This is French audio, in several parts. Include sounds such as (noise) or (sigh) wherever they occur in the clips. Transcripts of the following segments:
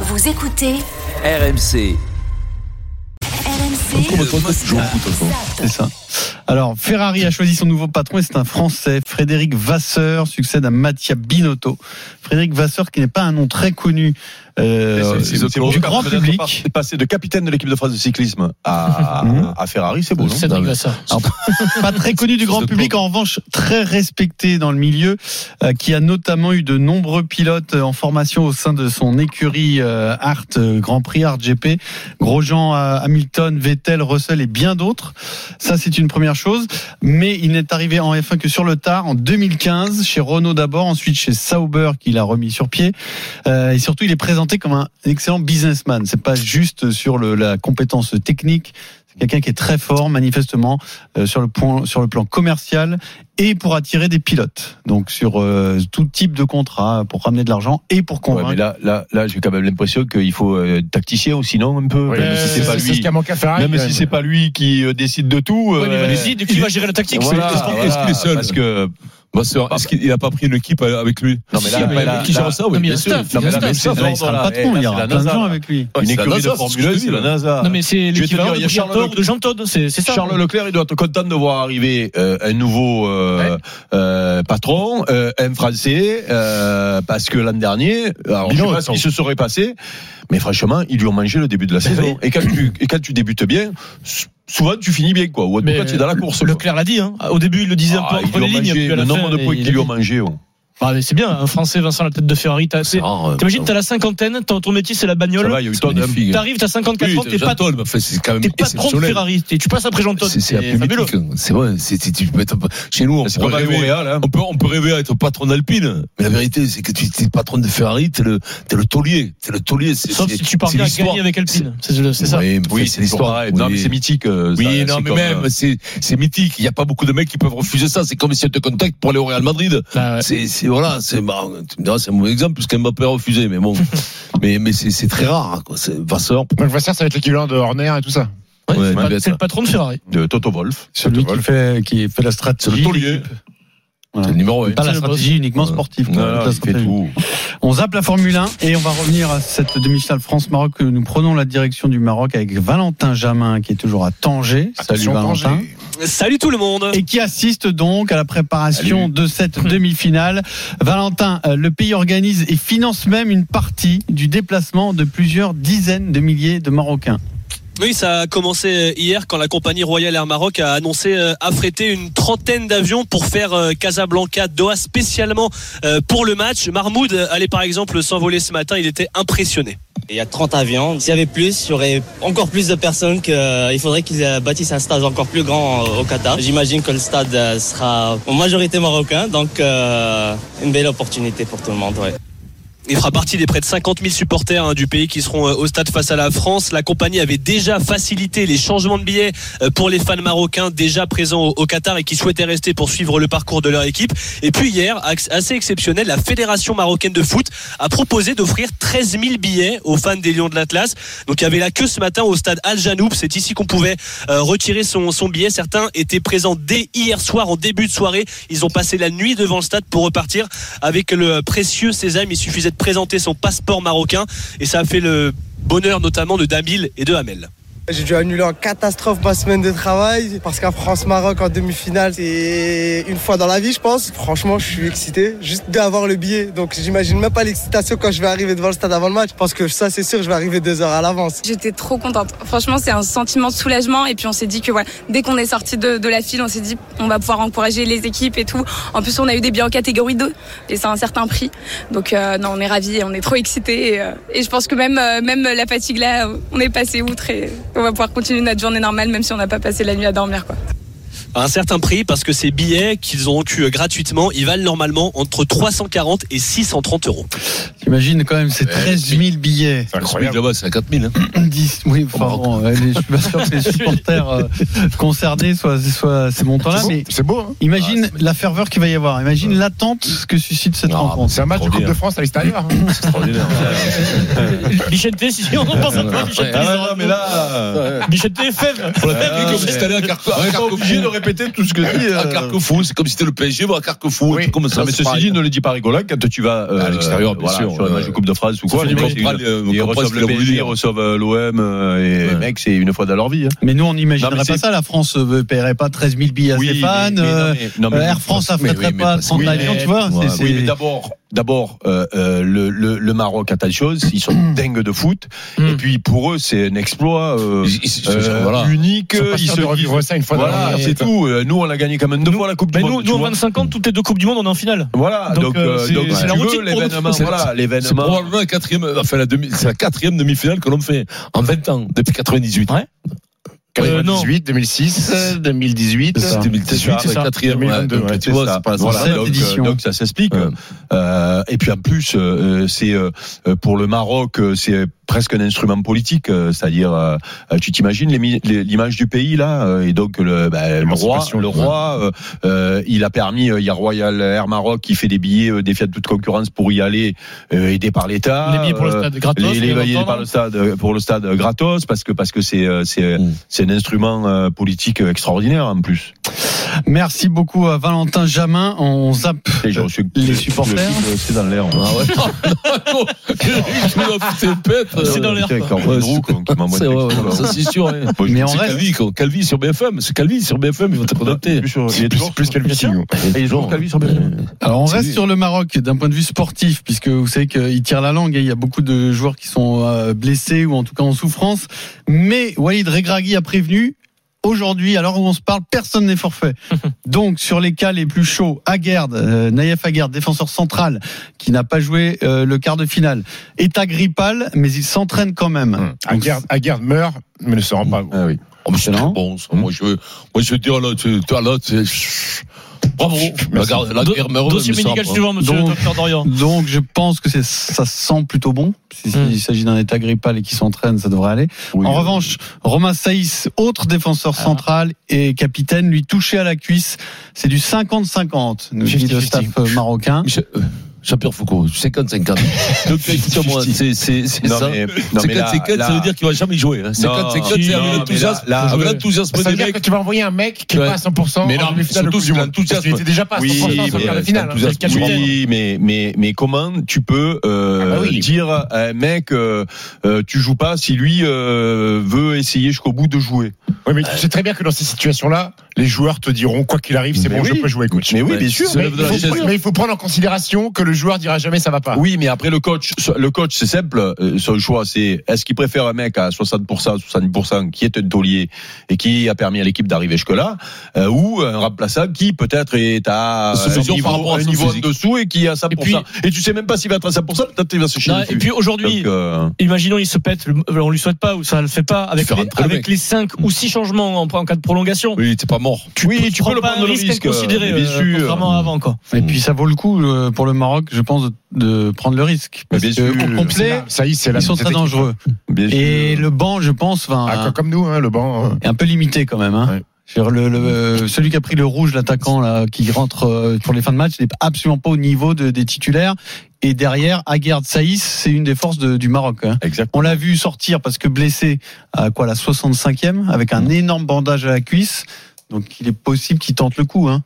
Vous écoutez RMC. RMC C'est ça. Alors, Ferrari a choisi son nouveau patron et c'est un Français. Frédéric Vasseur succède à Mattia Binotto. Frédéric Vasseur, qui n'est pas un nom très connu euh, du grand public. C'est passé de capitaine de l'équipe de France de cyclisme à, à Ferrari, c'est beau, non Cédric Vassar. Pas très connu du grand public, en revanche, très respecté dans le milieu, euh, qui a notamment eu de nombreux pilotes euh, en formation au sein de son écurie euh, Art euh, Grand Prix Art GP. Grosjean, euh, Hamilton, Vettel, Russell et bien d'autres. Ça, c'est une première chose. Mais il n'est arrivé en F1 que sur le tard, en 2015, chez Renault d'abord, ensuite chez Sauber, qu'il a remis sur pied. Euh, et surtout, il est présenté comme un excellent businessman. C'est pas juste sur le- la compétence technique. C'est quelqu'un qui est très fort, manifestement, euh, sur le point, sur le plan commercial et pour attirer des pilotes. Donc sur euh, tout type de contrat, pour ramener de l'argent et pour Ouais, convaincre. mais là, là, là j'ai quand même l'impression qu'il faut euh, tacticien ou sinon un peu. Ouais, même si c'est pas ce lui, qui a manqué à Ferrari. même si c'est pas lui qui euh, décide de tout. Ouais, mais il euh, va décider de qui va gérer la tactique. voilà, c'est- voilà, est-ce qu'il est seul Parce que Vasseur, est-ce qu'il n'a pas pris une équipe avec lui non mais Si, là, mais là, il y a là, qui gère ça, oui, non, mais bien là, sûr. non, mais là, Il y a mais staff. c'est- Là, il sera voilà, le patron, eh, il y là, aura c'est la plein de NASA, gens là. avec lui. Une c'est la écurie de NASA, c'est ce Formule 1, que je te c'est la dis, NASA. Non, mais c'est Je vais te l'équivalent dire, il y de a Charles Briantor ou Leclerc. de Jean Todt, c'est c'est ça. Charles Leclerc, il doit être content de voir arriver euh, un nouveau euh, euh, patron, euh, un Français, euh, parce que l'an dernier, alors, je sais pas ce qui se serait passé, mais franchement, ils lui ont mangé le début de la saison. Et quand, tu, et quand tu débutes bien, s- souvent tu finis bien, quoi. Ou en tout Mais cas, tu es dans la course. quoi. Leclerc l'a dit, hein. Au début, il le disait un peu Ah, ils entre lui ont les lignes. mangé puis à le la nombre fin, de points il- qu'ils lui ont oh. mangé. ouais. Ah, mais c'est bien, un Français, Vincent, la tête de Ferrari. t'as- c'est- T'imagines, t'as la cinquantaine, t'as- ton métier, c'est Ça la va, bagnole. il y a hein. eu tant de- magnifique. T'arrives, t'as 54 ans, t'es Jean pas Todt, mais enfin, c'est quand même t'es patron de exceptionnel. Ferrari. T'es- Tu passes après Jean Todt. C'est- C'est C'est fabuleux. fabuleux. C'est vrai. c'est- c'est- tu peux être- Chez nous, on C'est peut pas mal au rêver. Real, hein. On peut, on peut rêver à être patron d'Alpine, mais la vérité, c'est que tu es patron de Ferrari, t'es le, t'es le taulier, t'es le taulier. c'est- Sauf c'est- si tu c'est parviens à l'histoire. gagner avec Alpine. C'est c'est ça. Oui, mais Oui, c'est l'histoire. Non, mais c'est mythique. euh, ça, Oui, c'est non, mais comme, même, euh, c'est c'est mythique. Il n'y a pas beaucoup de mecs qui peuvent refuser ça. C'est comme si on te contacte pour aller au Real Madrid. Bah, ouais. C'est, c'est voilà, c'est bah, tu me diras, c'est un mauvais exemple puisqu'un Mbappé a refusé, (laughs) mais bon, mais mais c'est, c'est très rare. Quoi. C'est Vasseur, Donc Vassar, ça va être l'équivalent de Horner et tout ça. C'est ouais, c'est pas- bien C'est ça. le patron de Ferrari. de Toto Wolf. Celui qui fait, qui fait la stratégie. C'est le taulier. Voilà. C'est le numéro un. Pas la C'est le stratégie uniquement Ouais. sportive. quoi. Voilà, Toute la il fait stratégie. tout. On zappe la Formule 1 et on va revenir à cette demi-finale France-Maroc. Nous prenons la direction du Maroc avec Valentin Jamin qui est toujours à Tanger. Salut Attention, Valentin. danger. Salut tout le monde. Et qui assiste donc à la préparation de cette demi-finale. Valentin, euh, le pays organise et finance même une partie du déplacement de plusieurs dizaines de milliers de Marocains. Oui, ça a commencé euh, hier quand la compagnie Royal Air Maroc a annoncé euh, affréter une trentaine d'avions pour faire euh, Casablanca, Doha spécialement euh, pour le match. Marmoud euh, allait par exemple s'envoler ce matin, il était impressionné. Il y a 30 avions. S'il y avait plus, il y aurait encore plus de personnes. Que, euh, il faudrait qu'ils euh, bâtissent un stade encore plus grand euh, au Qatar. J'imagine que le stade euh, sera en majorité marocain. Donc, euh, une belle opportunité pour tout le monde. ouais. Il fera partie des près de 50 000 supporters hein, du pays qui seront euh, au stade face à la France. La compagnie avait déjà facilité les changements de billets euh, pour les fans marocains déjà présents au, au Qatar et qui souhaitaient rester pour suivre le parcours de leur équipe. Et puis hier, ax- assez exceptionnel, la Fédération marocaine de foot a proposé d'offrir 13 000 billets aux fans des Lions de l'Atlas. Donc il y avait la queue ce matin au stade Al Janoub. C'est ici qu'on pouvait euh, retirer son, son billet. Certains étaient présents dès hier soir en début de soirée. Ils ont passé la nuit devant le stade pour repartir avec le précieux sésame. Il suffisait de présenter son passeport marocain et ça a fait le bonheur notamment de Damil et de Hamel. J'ai dû annuler en catastrophe ma semaine de travail parce qu'à France-Maroc en demi-finale, c'est une fois dans la vie, je pense. Franchement, je suis excité juste d'avoir le billet. Donc, j'imagine même pas l'excitation quand je vais arriver devant le stade avant le match parce que ça, c'est sûr, je vais arriver deux heures à l'avance. J'étais trop contente. Franchement, c'est un sentiment de soulagement. Et puis, on s'est dit que voilà, dès qu'on est sorti de, de la file, on s'est dit on va pouvoir encourager les équipes et tout. En plus, on a eu des biens en catégorie 2 et c'est un certain prix. Donc, euh, non, on est ravis et on est trop excités. Et, euh, et je pense que même, euh, même la fatigue là, on est passé outre et on va pouvoir continuer notre journée normale, même si on n'a pas passé la nuit à dormir. Quoi. À un certain prix parce que ces billets qu'ils ont eu gratuitement, ils valent normalement entre 340 et 630 euros. T'imagines quand même ces 13 000 billets. C'est Celui de incroyable. là-bas, c'est à 4000. Hein. 10, oui, enfin, Maroc. bon, allez, je suis pas sûr que les supporters euh, concernés soient, soient ces montants-là, C'est mais beau, C'est beau. hein. imagine la ferveur qu'il va y avoir, imagine l'attente que suscite cette Non, rencontre. C'est un match Trop de Coupe bien. de France à l'extérieur. hein. C'est extraordinaire. Bichette, si on pense à toi, Bichette. Ah, non, mais là. (laughs) Bichette, fève. Bah, Pour la même, comme si t'allais à Carco- à Carco- obligé de répéter tout ce que dit. à euh, Carquefou, c'est comme si c'était le PSG, ou à Carquefou, Oui. un truc comme ça. Non, mais c'est ceci pareil. dit, ne le dis pas rigolant quand tu vas euh, À l'extérieur, bien voilà, sûr. Sur la match de Coupe de France ou Ça quoi, fait les du mecs, ils- bien. On comprend, euh, on ils comprend reçoivent ce le qu'il a voulu PSG, ils dire. reçoivent euh, l'OM, euh, et Ouais. mec, c'est une fois dans leur vie. hein. Mais nous, on n'imaginerait Non, mais pas c'est- ça. La France ne paierait pas 13 000 billets à ses fans. mais- mais non, euh, mais- non, mais- euh, Air France mais n'affrèterait oui, mais pas parce- 30 oui, avions, mais- tu vois. Ouais, c'est- Oui, c'est- mais d'abord, d'abord euh, euh, le, le, le Maroc, attention, ils sont Mm. dingues de foot. Et puis pour eux, c'est un exploit euh, Ils- ils- euh, voilà. unique. Ils sont pas Ils sûrs se de revivre disent- ça une fois dans Voilà, leur vie. c'est tout. Euh, Nous, on a gagné quand même deux fois la Coupe du Mais Monde. ben nous, tu nous en vois. 25 ans, toutes les deux Coupes du Monde, on est en finale. Voilà, Donc, donc, euh, euh, c'est- donc, c'est si tu la routine veux, pour nous. l'événement, C'est- voilà, C'est l'événement. probablement la quatrième, enfin la demi, c'est la quatrième demi-finale que l'on fait en 20 ans, depuis 98. Ouais. Euh, non. 2018, 2006, euh, 2018. C'est 2018, c'est la quatrième. ouais. 2022, Donc, ouais, tu vois, c'est pas la Voilà, cinquième. donc, édition. euh, donc ça s'explique. Ouais. Euh, et puis en plus, euh, c'est euh, pour le Maroc, euh, c'est presque un instrument politique, euh, c'est-à-dire, euh, tu t'imagines les mi- les- l'image du pays là, euh, et donc le, bah, le roi, L'émancipation. le roi, euh, euh, il a permis, euh, il y a Royal Air Maroc qui fait des billets euh, des fiat de toute concurrence pour y aller, euh, aidé par l'État. les billets pour le Euh, stade gratos. les, les on va veillées hein. entendre. par le stade euh, pour le stade euh, gratos parce que parce que c'est euh, c'est Mm. c'est un instrument euh, politique extraordinaire en plus. Merci beaucoup à Valentin Jamin. On zappe Et j'ai reçu- les supporters. Euh, C'est dans l'air. Ah ouais. (laughs) Non, non, euh, euh, (laughs) je me la foutais pète. C'est dans l'air. Putain, avec Henri Ouais, Roux, c'est- quoi, qui m'envoie C'est des ouais, textos, ouais, là. ça, c'est sûr. ouais. Bon, je- Mais on C'est reste. Calvi, quoi. Calvi sur BFM. C'est Calvi sur BFM, ils vont te Il est contacter. plus sur- Bah, il est toujours Plus sur- que le meeting. Et il est toujours Calvi sur BFM. Alors on C'est reste lui. sur le Maroc d'un point de vue sportif, puisque vous savez qu'il tire la langue et il y a beaucoup de joueurs qui sont euh, blessés ou en tout cas en souffrance. Mais Walid Regragui a prévenu, aujourd'hui, à l'heure où on se parle, personne n'est forfait. Donc sur les cas les plus chauds, Aguerd, euh, Naïef Aguerd, défenseur central, qui n'a pas joué euh, le quart de finale, est agrippal, mais il s'entraîne quand même. Donc, Aguerre Aguerre meurt, mais ne se rend pas. Ah oui. Oh, mais c'est Non. très bon, ça. Moi, je veux, moi, je veux dire, là, tu, toi, là, tu, bravo. La, garde- la Do- guerre meurt. Dossier mais ça, médical hein. bravo. suivant, monsieur le Donc- (laughs) docteur Dorian. Donc je pense que c'est- ça sent plutôt bon. Si- S'il Mm. s'agit d'un état grippal et qui s'entraîne, ça devrait aller. en revanche, Romain Saïs, autre défenseur Ah. central et capitaine, lui touché à la cuisse. C'est du 50-50, nous dit le 50-50. staff euh, marocain. Michel- euh, Jean-Pierre Foucault, (laughs) 50-50. Donc, écoute-moi, c'est, c'est, c'est Non, ça. mais- non, mais là- 50-50, ça là- veut dire qu'il va jamais jouer. hein. 50-50, c'est non, avec mais l'enthousiasme, là- là- avec l'enthousiasme euh, Ça des veut dire mecs. que tu vas envoyer un mec qui est Ouais. pas à 100%. Mais non, en demi-finale de Coupe surtout, du c'est Monde. l'enthousiasme. Parce qu'il était déjà pas à 100% Oui, sur mais, le quart de euh, finale. hein. l'enthousiasme. Oui, mais, mais, mais comment tu peux euh, Ah bah oui. dire à un mec, euh, euh, tu joues pas si lui euh, veut essayer jusqu'au bout de jouer Oui, mais tu sais très bien que dans ces situations-là, les joueurs te diront quoi qu'il arrive, c'est Mais bon, oui. je peux jouer, coach. Mais oui, Ouais. bien sûr. Se Mais lève de la il, chaise. faut, mais il faut prendre en considération que le joueur dira jamais ça va pas. Oui, mais après le coach, le coach c'est simple, euh, son choix c'est est-ce qu'il préfère un mec à 60%, 70% qui est un taulier et qui a permis à l'équipe d'arriver jusque là, ou un remplaçant qui peut-être est à Se un mesure par niveau, rapport à un son niveau en physique. dessous et qui est à 100%. Et, Et puis- tu sais même pas s'il va être à 100%, peut-être qu'il va se chier Non, dessus. Et puis aujourd'hui, Donc, euh, Imaginons il se pète, le- on lui souhaite pas ou ça le fait pas avec Faire les, entrer le avec mec. les 5 ou 6 changements en, en cas de prolongation. Oui, t'es pas mort. oui, tu prends peux le pas prendre un le risque risque, inconsidéré, mais bien euh, sûr. contrairement à avant quoi. Et puis ça vaut le coup euh, pour le Maroc, je pense, de, de prendre le risque. Mais Parce bien que, sûr. au C'est complet, là- Ça y est, Bah, c'est là. ils sont très dangereux. Bien Et sûr. le banc, je pense, enfin, Ah, quoi, comme nous, hein, le banc. hein. est un peu limité quand même. Hein. Ouais. Je veux dire, le- le- celui qui a pris le rouge, l'attaquant là, qui rentre euh, pour les fins de match, n'est absolument pas au niveau de- des titulaires. Et derrière, Aguerd Saïs, c'est une des forces de- du Maroc. hein. Exact. On l'a vu sortir parce que blessé à quoi la 65e avec un énorme bandage à la cuisse. Donc il est possible qu'il tente le coup. Hein.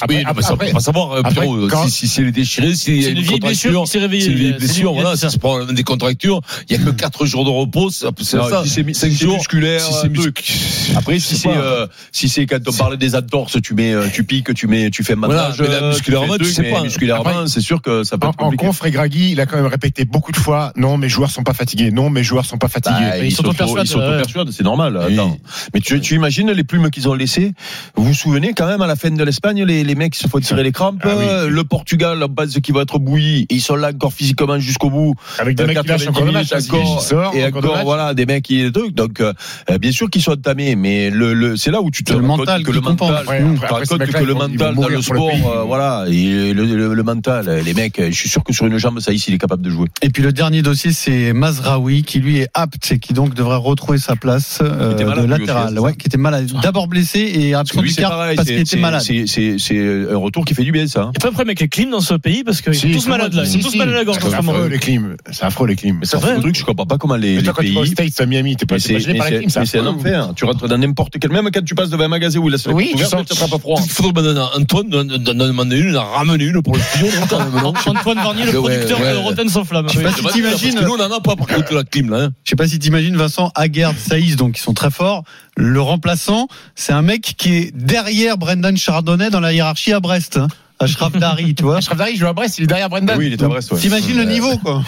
Après- oui, non, Ah, mais ça, on après- peut pas savoir, euh, après, Pierrot, quand- si, si, si elle est déchirée, si il y C'est a une une vieille blessure contracture. qui s'est réveillée. C'est une vieille euh, c'est blessure, une- voilà, si ça. se prend des contractures, il n'y a que 4 jours de repos, c'est c'est euh, Non, ça. si c'est mi- Cinq si c'est jours, musculaire, si c'est un truc. musculaire. Après, si c'est euh, si c'est quand on parle des entorses, tu mets, euh, tu piques, tu mets, tu fais un Voilà, massage mais là, euh, musculairement, fais un tu truc, sais mais pas. Musculairement, Après, c'est sûr que ça peut En, être en compliqué. conf, Regragui, il a quand même répété beaucoup de fois non, mes joueurs sont pas fatigués, non, mes joueurs sont pas fatigués. Bah, ils ils sont s'auto- persuadés, ils s'auto-persuadent, c'est normal. Oui. attends. Mais tu, tu imagines les plumes qu'ils ont laissées Vous vous souvenez quand même à la fin de l'Espagne, les, les mecs se font tirer les crampes. Ah oui. euh, Le Portugal, en base qui va être bouilli, ils sont là encore physiquement jusqu'au bout. Avec des Euh, mecs qui lâchent encore le 90 match. hein, minutes, encore, et encore, voilà, des mecs qui donc euh, euh, bien sûr qu'ils sont entamés, mais le, le c'est là où tu te C'est le rends compte mental que qui le compense. mental, Ouais, tu te après, rends après, compte ces que mecs-là, le ils vont- ils mental vont dans le mourir pour le sport, pays. euh, voilà, et le, le- le mental, euh, les mecs, euh, je suis sûr que sur une jambe, ça ici, il est capable de jouer. Et puis le dernier dossier, c'est Mazraoui qui lui est apte et qui donc devrait retrouver sa place euh, était malade, de lui aussi, latéral. c'est ça ouais, qui était malade. D'abord blessé et absent Lui, du c'est quart pareil, parce c'est- qu'il était c'est- malade. C'est c'est- c'est c'est un retour qui fait du bien, ça. hein. Il n'y a pas de problème avec les clims dans ce pays parce qu'ils Si, sont tous c'est malades vrai. là. Ils Si, sont tous si. malades à la gorge en C'est ce moment. affreux les clims. C'est affreux les clims. Mais ça, C'est c'est vrai. un truc que je comprends pas comment les, Mais les toi, quand tu pays. vas aux States, t'as Miami, t'es pas Mais c'est- t'es pas gêné mais par c'est- les clims. mais c'est un enfer. hein. Tu rentres dans n'importe quel. Même quand tu passes devant un magasin où il a la Oui, tu couverture, sens- tu attrapes pas hein. froid. Faudrait me donner- Antoine, donne- donne- donne- donne une, ramène une pour le (laughs) studio, non, quand même, non Antoine Varnier, le Ouais, producteur euh, ouais. de Rotten sans flamme. Je sais pas si Parce que t'imagines- Nous, on en a pas pour contre la clim, là. hein. Je sais pas si t'imagines Vincent Haggard, Saïs, donc ils sont très forts. Le remplaçant, c'est un mec qui est derrière Brendan Chardonnay dans la hiérarchie à Brest. Hein. Ashraf Dari, tu vois. Ashraf Dari il joue à Brest, il est derrière Brendan. Oui, il est à Brest, ouais. T'imagines le niveau, quoi.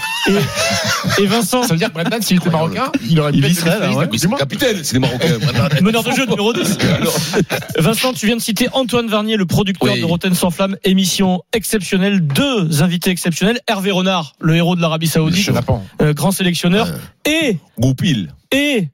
Et (laughs) Vincent, Ça veut dire que Brendan, s'il était marocain, il aurait pu Il être y serait, là, spécialiste ouais. de Mais Coupe c'est du le Monde. capitaine, c'est des (laughs) Marocains. meneur de jeu numéro 10. Vincent, tu viens de citer Antoine Varnier, le producteur Oui. de Rotten sans flamme, émission exceptionnelle, deux invités exceptionnels, Hervé Renard, le héros de l'Arabie Saoudite, Chenapan. euh, grand sélectionneur, et Goupil. et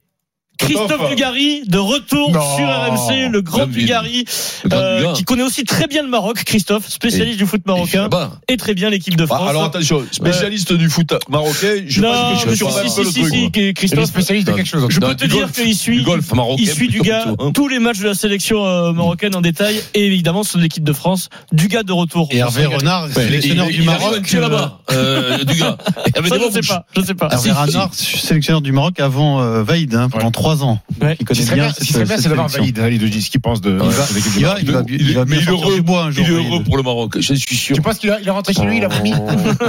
Christophe Christophe. Dugarry de retour Non. sur RMC, le grand Grande ville. Dugarry, Le grand euh, Bah, Dugarry. qui connaît aussi très bien le Maroc, Christophe, spécialiste du foot Et je suis marocain là-bas. et très bien l'équipe de Bah, France. alors attention, spécialiste du foot marocain, je non, pense que mais je surveille si, un peu si, le si, truc. si, que- Il est Christophe, spécialiste de quelque chose. je Non, peux te du dire golf. qu'il suit, Du golf marocain. il suit du plutôt, gars hein. tous les matchs de la sélection euh, Mm. marocaine en détail et évidemment son équipe de France, du gars de retour. Et Hervé Renard, sélectionneur du Il arrive Maroc. avec qui, là-bas, euh, (laughs) du gars. Il avait Ça, des je bons sais bouches. pas, je sais pas. Hervé Renard, sélectionneur du Maroc avant euh, Vaïd, hein, pendant Ouais. trois ans. Il Ouais. Ce qui connaît serait bien bien, ce qui serait cette- bien, c'est cette d'avoir sélection. valide, valide de ce qu'il pense de Ouais. de l'équipe Il du va, Maroc. il va, Il est- il va mais bien il est sortir heureux. du bois un jour. Il est Vaïd. heureux pour le Maroc, je suis sûr. Tu penses qu'il a- il est rentré chez lui, il a vomi Oh.